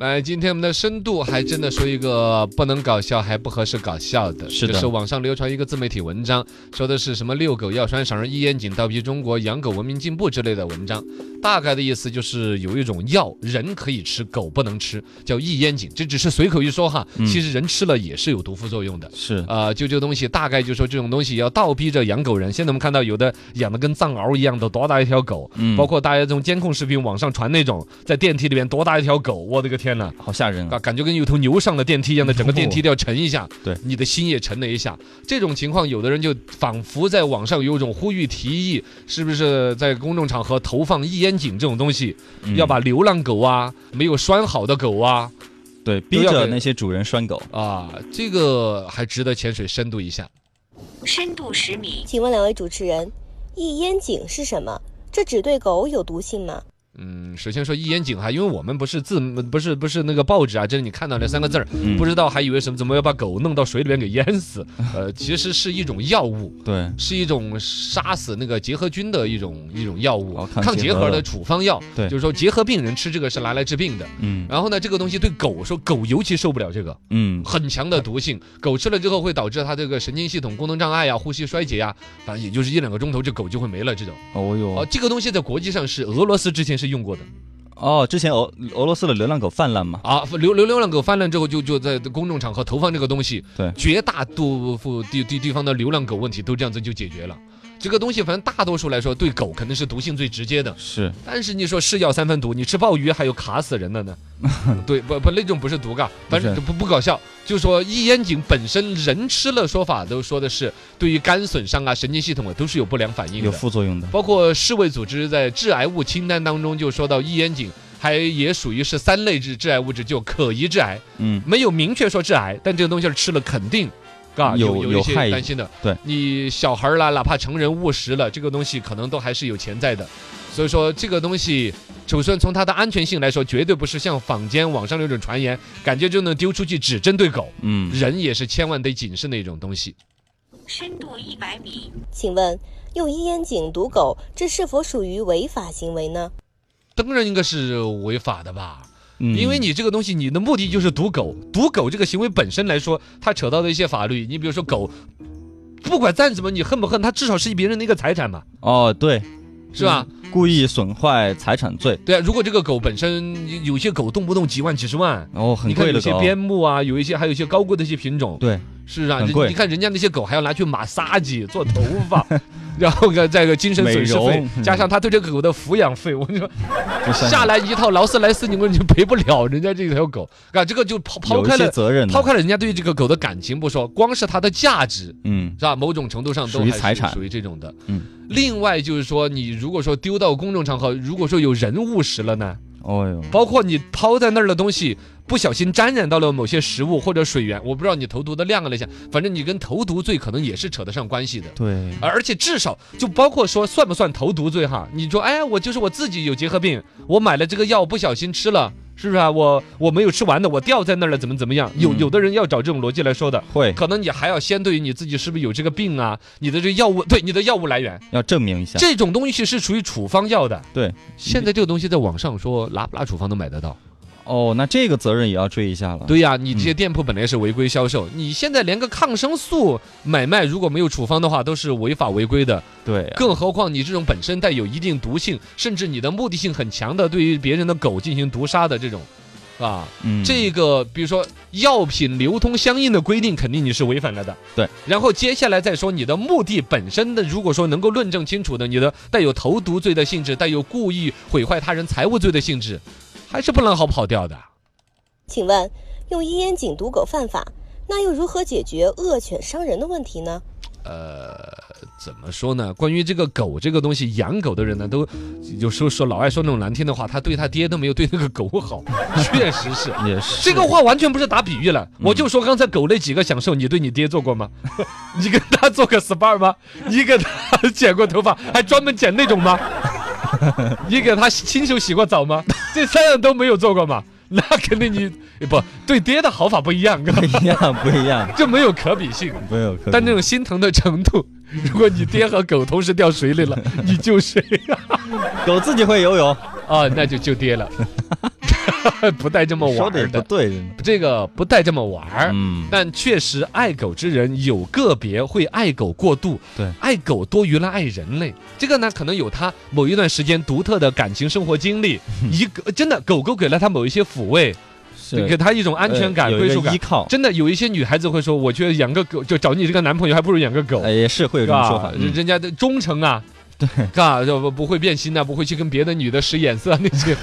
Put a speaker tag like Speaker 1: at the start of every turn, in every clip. Speaker 1: 来，今天我们的深度还真的说一个不能搞笑，还不合适搞笑的，
Speaker 2: 是的
Speaker 1: 就是网上流传一个自媒体文章，说的是什么遛狗要拴绳，一言井倒逼中国养狗文明进步之类的文章，大概的意思就是有一种药人可以吃，狗不能吃，叫一烟井，这只是随口一说哈，其实人吃了也是有毒副作用的。
Speaker 2: 嗯是
Speaker 1: 呃，就这个东西，大概就说这种东西要倒逼着养狗人。现在我们看到有的养的跟藏獒一样的多大一条狗，
Speaker 2: 嗯
Speaker 1: 包括大家这种监控视频网上传那种在电梯里面多大一条狗，我的个天呐！
Speaker 2: 好吓人
Speaker 1: 啊，！感觉跟有头牛上了电梯一样的，整个电梯都要沉一下，
Speaker 2: 嗯对
Speaker 1: 你的心也沉了一下。这种情况，有的人就仿佛在网上有一种呼吁提议，是不是在公众场合投放一烟井这种东西，
Speaker 2: 嗯
Speaker 1: 要把流浪狗啊、没有拴好的狗啊
Speaker 2: 对
Speaker 1: 逼着都要给那
Speaker 2: 些主人拴狗。
Speaker 1: 啊，这个还值得潜水深度一下。
Speaker 3: 深度十米，
Speaker 4: 请问两位主持人，一烟井是什么？这只对狗有毒性吗？
Speaker 1: 嗯，首先说一言井哈，因为我们不是字，不是不是那个报纸啊，这是你看到那三个字儿，
Speaker 2: 嗯
Speaker 1: 不知道还以为什么，怎么要把狗弄到水里面给淹死？呃，其实是一种药物，
Speaker 2: 对，
Speaker 1: 是一种杀死那个结核菌的一种一种药物
Speaker 2: 哦，抗
Speaker 1: 抗
Speaker 2: 结
Speaker 1: 结
Speaker 2: 核
Speaker 1: 核
Speaker 2: 的
Speaker 1: 的处方药。
Speaker 2: 对
Speaker 1: 就是说结核病人吃这个是拿来治病的。
Speaker 2: 嗯
Speaker 1: 然后呢，这个东西对狗说，狗尤其受不了这个，
Speaker 2: 嗯，
Speaker 1: 很强的毒性。狗吃了之后会导致它这个神经系统功能障碍呀、啊呼吸衰竭呀、反正也就是一两个钟头，这狗就会没了。这种
Speaker 2: 哦
Speaker 1: 哦
Speaker 2: 哟，，
Speaker 1: 这个东西在国际上是俄罗斯之前是用过的。
Speaker 2: 哦，之前俄俄罗斯的流浪狗泛滥嘛，
Speaker 1: 啊，流流流浪狗泛滥之后，就就在公众场合投放这个东西，
Speaker 2: 对
Speaker 1: 绝大多数地地地方的流浪狗问题都这样子就解决了。这个东西，反正大多数来说，对狗肯定是毒性最直接的。
Speaker 2: 是
Speaker 1: 但是你说是药三分毒，你吃鲍鱼还有卡死人 的呢。对，不不，那种不是毒嘎，反正
Speaker 2: 不
Speaker 1: 就不不搞笑。就说一烟井本身人吃了说法都说的是对于肝损伤啊、神经系统啊都是有不良反应
Speaker 2: 有
Speaker 1: 的。
Speaker 2: 副作用的。
Speaker 1: 包括世卫组织在致癌物清单当中就说到一烟井，还也属于是三类致致癌物质，就可疑致癌，
Speaker 2: 嗯，
Speaker 1: 没有明确说致癌，但这个东西儿吃了肯定。啊，
Speaker 2: 有
Speaker 1: 有
Speaker 2: 有
Speaker 1: 一些
Speaker 2: 害
Speaker 1: 担心的，
Speaker 2: 对
Speaker 1: 你小孩儿啦，哪怕成人误食了，这个东西可能都还是有潜在的，所以说这个东西，首先从它的安全性来说，绝对不是像坊间网上那种传言，感觉就能丢出去只针对狗，
Speaker 2: 嗯，
Speaker 1: 人也是千万得谨慎的一种东西。
Speaker 3: 深度一百米，
Speaker 4: 请问用一烟井毒狗，这是否属于违法行为呢？
Speaker 1: 当然应该是违法的吧，
Speaker 2: 嗯
Speaker 1: 因为你这个东西，你的目的就是毒狗。毒狗这个行为本身来说，它扯到的一些法律，你比如说狗，不管赞什么，你恨不恨，它至少是别人的一个财产嘛，
Speaker 2: 哦，对，
Speaker 1: 是吧？
Speaker 2: 故意损坏财产罪，
Speaker 1: 对啊，如果这个狗本身有些狗动不动几万、几十万，
Speaker 2: 哦，很
Speaker 1: 你看
Speaker 2: 贵
Speaker 1: 有
Speaker 2: 的
Speaker 1: 些
Speaker 2: 狗。
Speaker 1: 边牧啊，有一些还有一些高贵的一些品种，
Speaker 2: 对，
Speaker 1: 是啊，
Speaker 2: 很
Speaker 1: 人
Speaker 2: 贵
Speaker 1: 你看人家那些狗还要拿去马杀鸡做头 发。然后呢，再一个精神损失
Speaker 2: 美
Speaker 1: 费
Speaker 2: 容，
Speaker 1: 加上他对这个狗的抚养 费，我跟你说，
Speaker 2: 就算
Speaker 1: 下来一套劳斯莱斯，你们就赔不了人家这条狗啊！这个就抛抛
Speaker 2: 有一
Speaker 1: 开
Speaker 2: 些
Speaker 1: 了
Speaker 2: 责任的，
Speaker 1: 抛开了人家对这个狗的感情不说，光是它的价值
Speaker 2: 嗯，
Speaker 1: 是吧？某种程度上都
Speaker 2: 属于
Speaker 1: 还是
Speaker 2: 财产
Speaker 1: 属于这种的。
Speaker 2: 嗯。
Speaker 1: 另外就是说，你如果说丢到公众场合，如果说有人误食了呢，
Speaker 2: 哦哟，
Speaker 1: 包括你抛在那儿的东西。不小心沾染到了某些食物或者水源，我不知道你投毒的量了一下，反正你跟投毒罪可能也是扯得上关系的。
Speaker 2: 对，
Speaker 1: 而而且至少就包括说算不算投毒罪哈？你说，哎，我就是我自己有结核病，我买了这个药不小心吃了，是不是啊？我我没有吃完的，我掉在那儿了，怎么怎么样？有
Speaker 2: 嗯
Speaker 1: 有的人要找这种逻辑来说的，
Speaker 2: 会
Speaker 1: 可能你还要先对于你自己是不是有这个病啊，你的这个药物对你的药物来源，
Speaker 2: 要证明一下。
Speaker 1: 这种东西是属于处方药的。
Speaker 2: 对，
Speaker 1: 现在这个东西在网上说拿不拿处方都买得到。
Speaker 2: 哦，那这个责任也要追一下了。
Speaker 1: 对呀、你这
Speaker 2: 嗯
Speaker 1: 些店铺本来是违规销售，你现在连个抗生素买卖如果没有处方的话，都是违法违规的。
Speaker 2: 对啊，
Speaker 1: 更何况你这种本身带有一定毒性，甚至你的目的性很强的，对于别人的狗进行毒杀的这种，啊，
Speaker 2: 嗯，
Speaker 1: 这个比如说药品流通相应的规定，肯定你是违反了的。
Speaker 2: 对，
Speaker 1: 然后接下来再说你的目的本身的，如果说能够论证清楚的，你的带有投毒罪的性质，带有故意毁坏他人财物罪的性质，还是不能好跑掉的。
Speaker 4: 请问用一烟井毒狗犯法，那又如何解决恶犬伤人的问题呢？
Speaker 1: 怎么说呢？关于这个狗这个东西，养狗的人
Speaker 2: 嗯
Speaker 1: 呢，都有时候说老爱说那种难听的话，他对他爹都没有对那个狗好， 确实是。
Speaker 2: 也是嗯
Speaker 1: 这个话完全不是打比喻了，我就说刚才狗那几个享受，你对你爹做过吗？ 你跟他做个 SPA 吗？你给他剪过头发，还专门剪那种吗？你给他亲手洗过澡吗？这三样都没有做过嘛？那肯定你哎不对爹的好法不一样，
Speaker 2: 不一样，不一样，
Speaker 1: 就没有可比性。
Speaker 2: 没有可比。
Speaker 1: 但那种心疼的程度，
Speaker 2: 嗯
Speaker 1: 如果你爹和狗同时掉水里 了，你救谁呀、
Speaker 2: 狗自己会游泳，
Speaker 1: 啊？那就救爹了。 不带这么
Speaker 2: 说
Speaker 1: 玩
Speaker 2: 的也
Speaker 1: 儿
Speaker 2: 不
Speaker 1: 的，
Speaker 2: 对。
Speaker 1: 这个不带这么玩儿。
Speaker 2: 嗯，
Speaker 1: 但确实，爱狗之人有个别会爱狗过度，
Speaker 2: 对
Speaker 1: 爱狗多于了爱人类。这个呢，可能有他某一段时间独特的感情生活 经历，一个真的狗狗给了他某一些抚慰，
Speaker 2: 是
Speaker 1: 给他一种安全感、
Speaker 2: 呃有一
Speaker 1: 归
Speaker 2: 个
Speaker 1: 属感
Speaker 2: 依。靠，
Speaker 1: 真的有一些女孩子会说，我觉得养个狗就找你这个男朋友，还不如养个狗，
Speaker 2: 呃也是会有
Speaker 1: 是
Speaker 2: 这种说
Speaker 1: 吧
Speaker 2: 法？。
Speaker 1: 人
Speaker 2: 嗯
Speaker 1: 人家的忠诚啊，对，嘎，就不不会变心啊，不会去跟别的女的使眼色啊那些。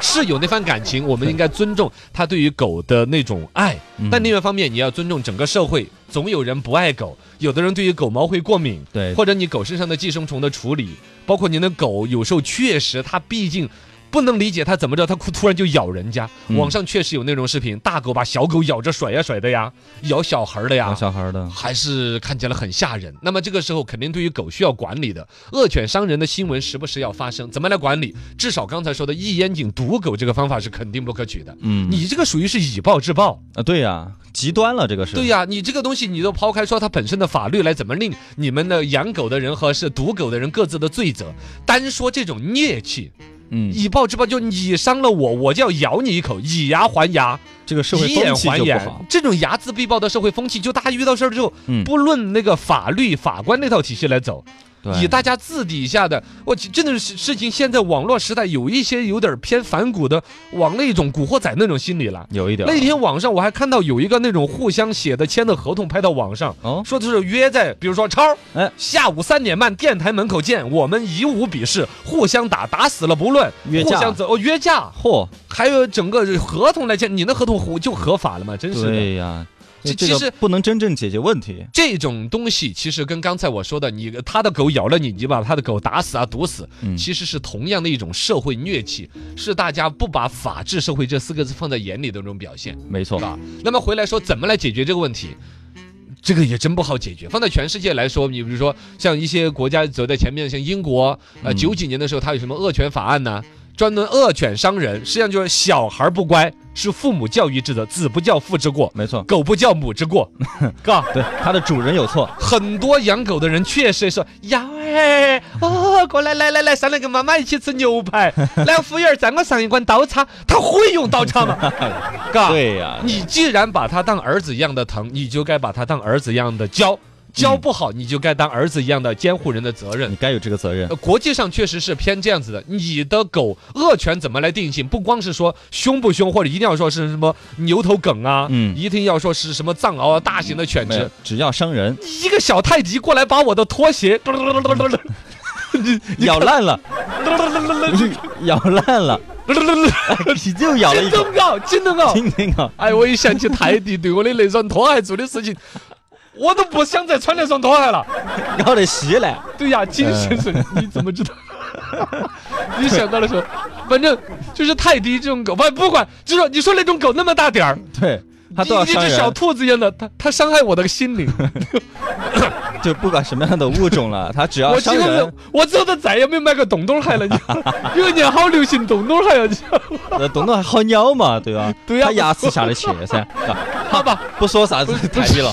Speaker 1: 是有那番感情，我们应该尊重他对于狗的那种爱。
Speaker 2: 嗯
Speaker 1: 但另外一方面，你要尊重整个社会，总有人不爱狗，有的人对于狗毛会过敏，
Speaker 2: 对
Speaker 1: 或者你狗身上的寄生虫的处理，包括您的狗有时候确实它毕竟。不能理解它怎么着，它突突然就咬人家。
Speaker 2: 嗯
Speaker 1: 网上确实有那种视频，大狗把小狗咬着甩呀甩的呀，咬小孩儿的呀
Speaker 2: 养，小孩儿的，
Speaker 1: 还是看起来很吓人。那么这个时候，肯定对于狗需要管理的，恶犬伤人的新闻时不时要发生，怎么来管理？至少刚才说的一烟井毒狗这个方法是肯定不可取的。
Speaker 2: 嗯，
Speaker 1: 你这个属于是以暴制暴，
Speaker 2: 啊对呀，极端了，这个是。
Speaker 1: 对呀、你这个东西你都抛开说它本身的法律来怎么令你们的养狗的人和是毒狗的人各自的罪责，单说这种疟气，
Speaker 2: 嗯，
Speaker 1: 以暴制暴，就你伤了我，我就要咬你一口，以牙还牙，
Speaker 2: 这个社会
Speaker 1: 以
Speaker 2: 风
Speaker 1: 眼
Speaker 2: 气
Speaker 1: 还
Speaker 2: 就不
Speaker 1: 眼
Speaker 2: 好，，
Speaker 1: 这种睚眦必报的社会风气，就大家遇到事儿之后，
Speaker 2: 嗯
Speaker 1: 不论那个法律法官那套体系来走，
Speaker 2: 对
Speaker 1: 以大家自底下的，我其真的是事情，现在网络时代有一些有点偏反骨的，往那种古惑仔那种心理了。
Speaker 2: 有一点儿
Speaker 1: 那天网上我还看到有一个那种互相写的签的合同拍到网上，
Speaker 2: 哦，
Speaker 1: 说的是约在，比如说超儿，
Speaker 2: 哎
Speaker 1: 下午三点半电台门口见，我们以武比试，互相打，打死了不论，
Speaker 2: 约
Speaker 1: 互
Speaker 2: 架
Speaker 1: 相走，哦约架，
Speaker 2: 嚯，
Speaker 1: 还有整个合同来签，你那合同合就合法了嘛？真是的。
Speaker 2: 对呀，
Speaker 1: 这
Speaker 2: 这
Speaker 1: 其
Speaker 2: 个
Speaker 1: 实
Speaker 2: 不能真正解决问题，
Speaker 1: 这种东西其实跟刚才我说的，你呃他的狗咬了你，你把他的狗打死啊、毒死，
Speaker 2: 嗯
Speaker 1: 其实是同样的一种社会疟疾，是大家不把法治社会这四个字放在眼里的那种表现，
Speaker 2: 没错
Speaker 1: 是，吧？那么回来说怎么来解决这个问题？这个也真不好解决。放在全世界来说，你比如说像一些国家走在前面，像英国，呃，
Speaker 2: 嗯
Speaker 1: 九几年的时候，它有什么恶犬法案呢、专门恶犬伤人，实际上就是小孩不乖是父母教育之责，子不教父之过，
Speaker 2: 没错，
Speaker 1: 狗不教母之过， 嘎。
Speaker 2: 对，它的主人有错，
Speaker 1: 很多养狗的人确实说：“呀哎，哦，过来来来来，上来跟妈妈一起吃牛排。来，服务员，再给我上一罐刀叉。”他会用刀叉吗？嘎，
Speaker 2: 对呀，
Speaker 1: 你既然把他当儿子一样的疼，你就该把他当儿子一样的教。教不好，你就该当儿子一样的监护人的责任
Speaker 2: 你。该有这个责任
Speaker 1: 呃，，国际上确实是偏这样子的。你的狗恶犬怎么来定性？不光是说凶不凶，或者一定要说是什么牛头梗啊，
Speaker 2: 嗯
Speaker 1: 一定要说是什么藏獒啊，大型的犬
Speaker 2: 没
Speaker 1: 只
Speaker 2: 有，，只要伤人，
Speaker 1: 一个小泰迪过来把我的 拖鞋，嘟嘟嘟嘟嘟嘟嘟
Speaker 2: 咬烂了，
Speaker 1: 嘟嘟嘟嘟
Speaker 2: 咬烂 了，
Speaker 1: 嘟
Speaker 2: 你就咬了一
Speaker 1: 金
Speaker 2: 口，
Speaker 1: 钟高，金钟 高。
Speaker 2: 今天啊，
Speaker 1: 哎，我一想起泰迪对我的那双拖鞋做的事情，我都不想再穿那双拖鞋了。
Speaker 2: 咬得稀烂，
Speaker 1: 对呀，金先生，
Speaker 2: 嗯
Speaker 1: 你怎么知道？ 你想到了什么？反正就是泰迪这种狗，不不管，就是说你说那种狗那么大点儿，
Speaker 2: 对，它都要
Speaker 1: 一
Speaker 2: 伤
Speaker 1: 只小
Speaker 2: 人，
Speaker 1: 兔子一样的，它它伤害我的心灵。
Speaker 2: 就不管什么样的物种了，它只要
Speaker 1: 我今
Speaker 2: 啊伤
Speaker 1: 后
Speaker 2: 人，
Speaker 1: 我之后都再也没有买过洞洞鞋了，你知 道吗因为你好流行洞洞鞋呀，你知道吗
Speaker 2: 呃，懂得好咬嘛，对吧？
Speaker 1: 对呀
Speaker 2: 它牙齿下的血噻，啊
Speaker 1: 好吧，
Speaker 2: 不说啥子
Speaker 1: 不是
Speaker 2: 太低了，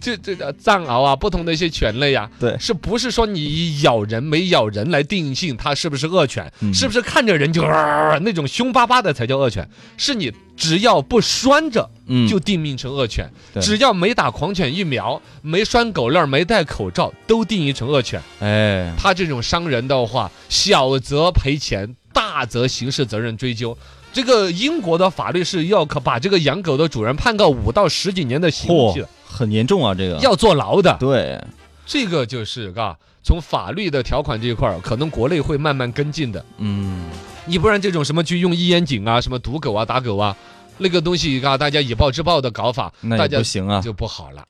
Speaker 1: 这这呃藏獒啊，不同的一些犬类啊，
Speaker 2: 对
Speaker 1: 是不是说你以咬人没咬人来定性它是不是恶犬？
Speaker 2: 嗯
Speaker 1: 是不是看着人就、呃那种凶巴巴的才叫恶犬？是你只要不拴着
Speaker 2: 嗯，
Speaker 1: 就定名成恶犬，
Speaker 2: 对
Speaker 1: 只要没打狂犬疫苗、没拴狗链、没戴口罩，都定义成恶犬。
Speaker 2: 哎，
Speaker 1: 他这种伤人的话，小则赔钱，大则刑事责任追究。这个英国的法律是要可把这个养狗的主人判个五到十几年的刑
Speaker 2: 嚯
Speaker 1: 期的，，
Speaker 2: 很严重啊，这个，
Speaker 1: 要坐牢的。
Speaker 2: 对，
Speaker 1: 这个就是嘎，从法律的条款这一块儿，可能国内会慢慢跟进的。
Speaker 2: 嗯，
Speaker 1: 你不然这种什么去用一烟井啊，什么毒狗啊、打狗啊，那个东西嘎，大家以暴制暴的搞法，
Speaker 2: 那
Speaker 1: 大
Speaker 2: 也
Speaker 1: 家
Speaker 2: 不行啊，
Speaker 1: 就不好了。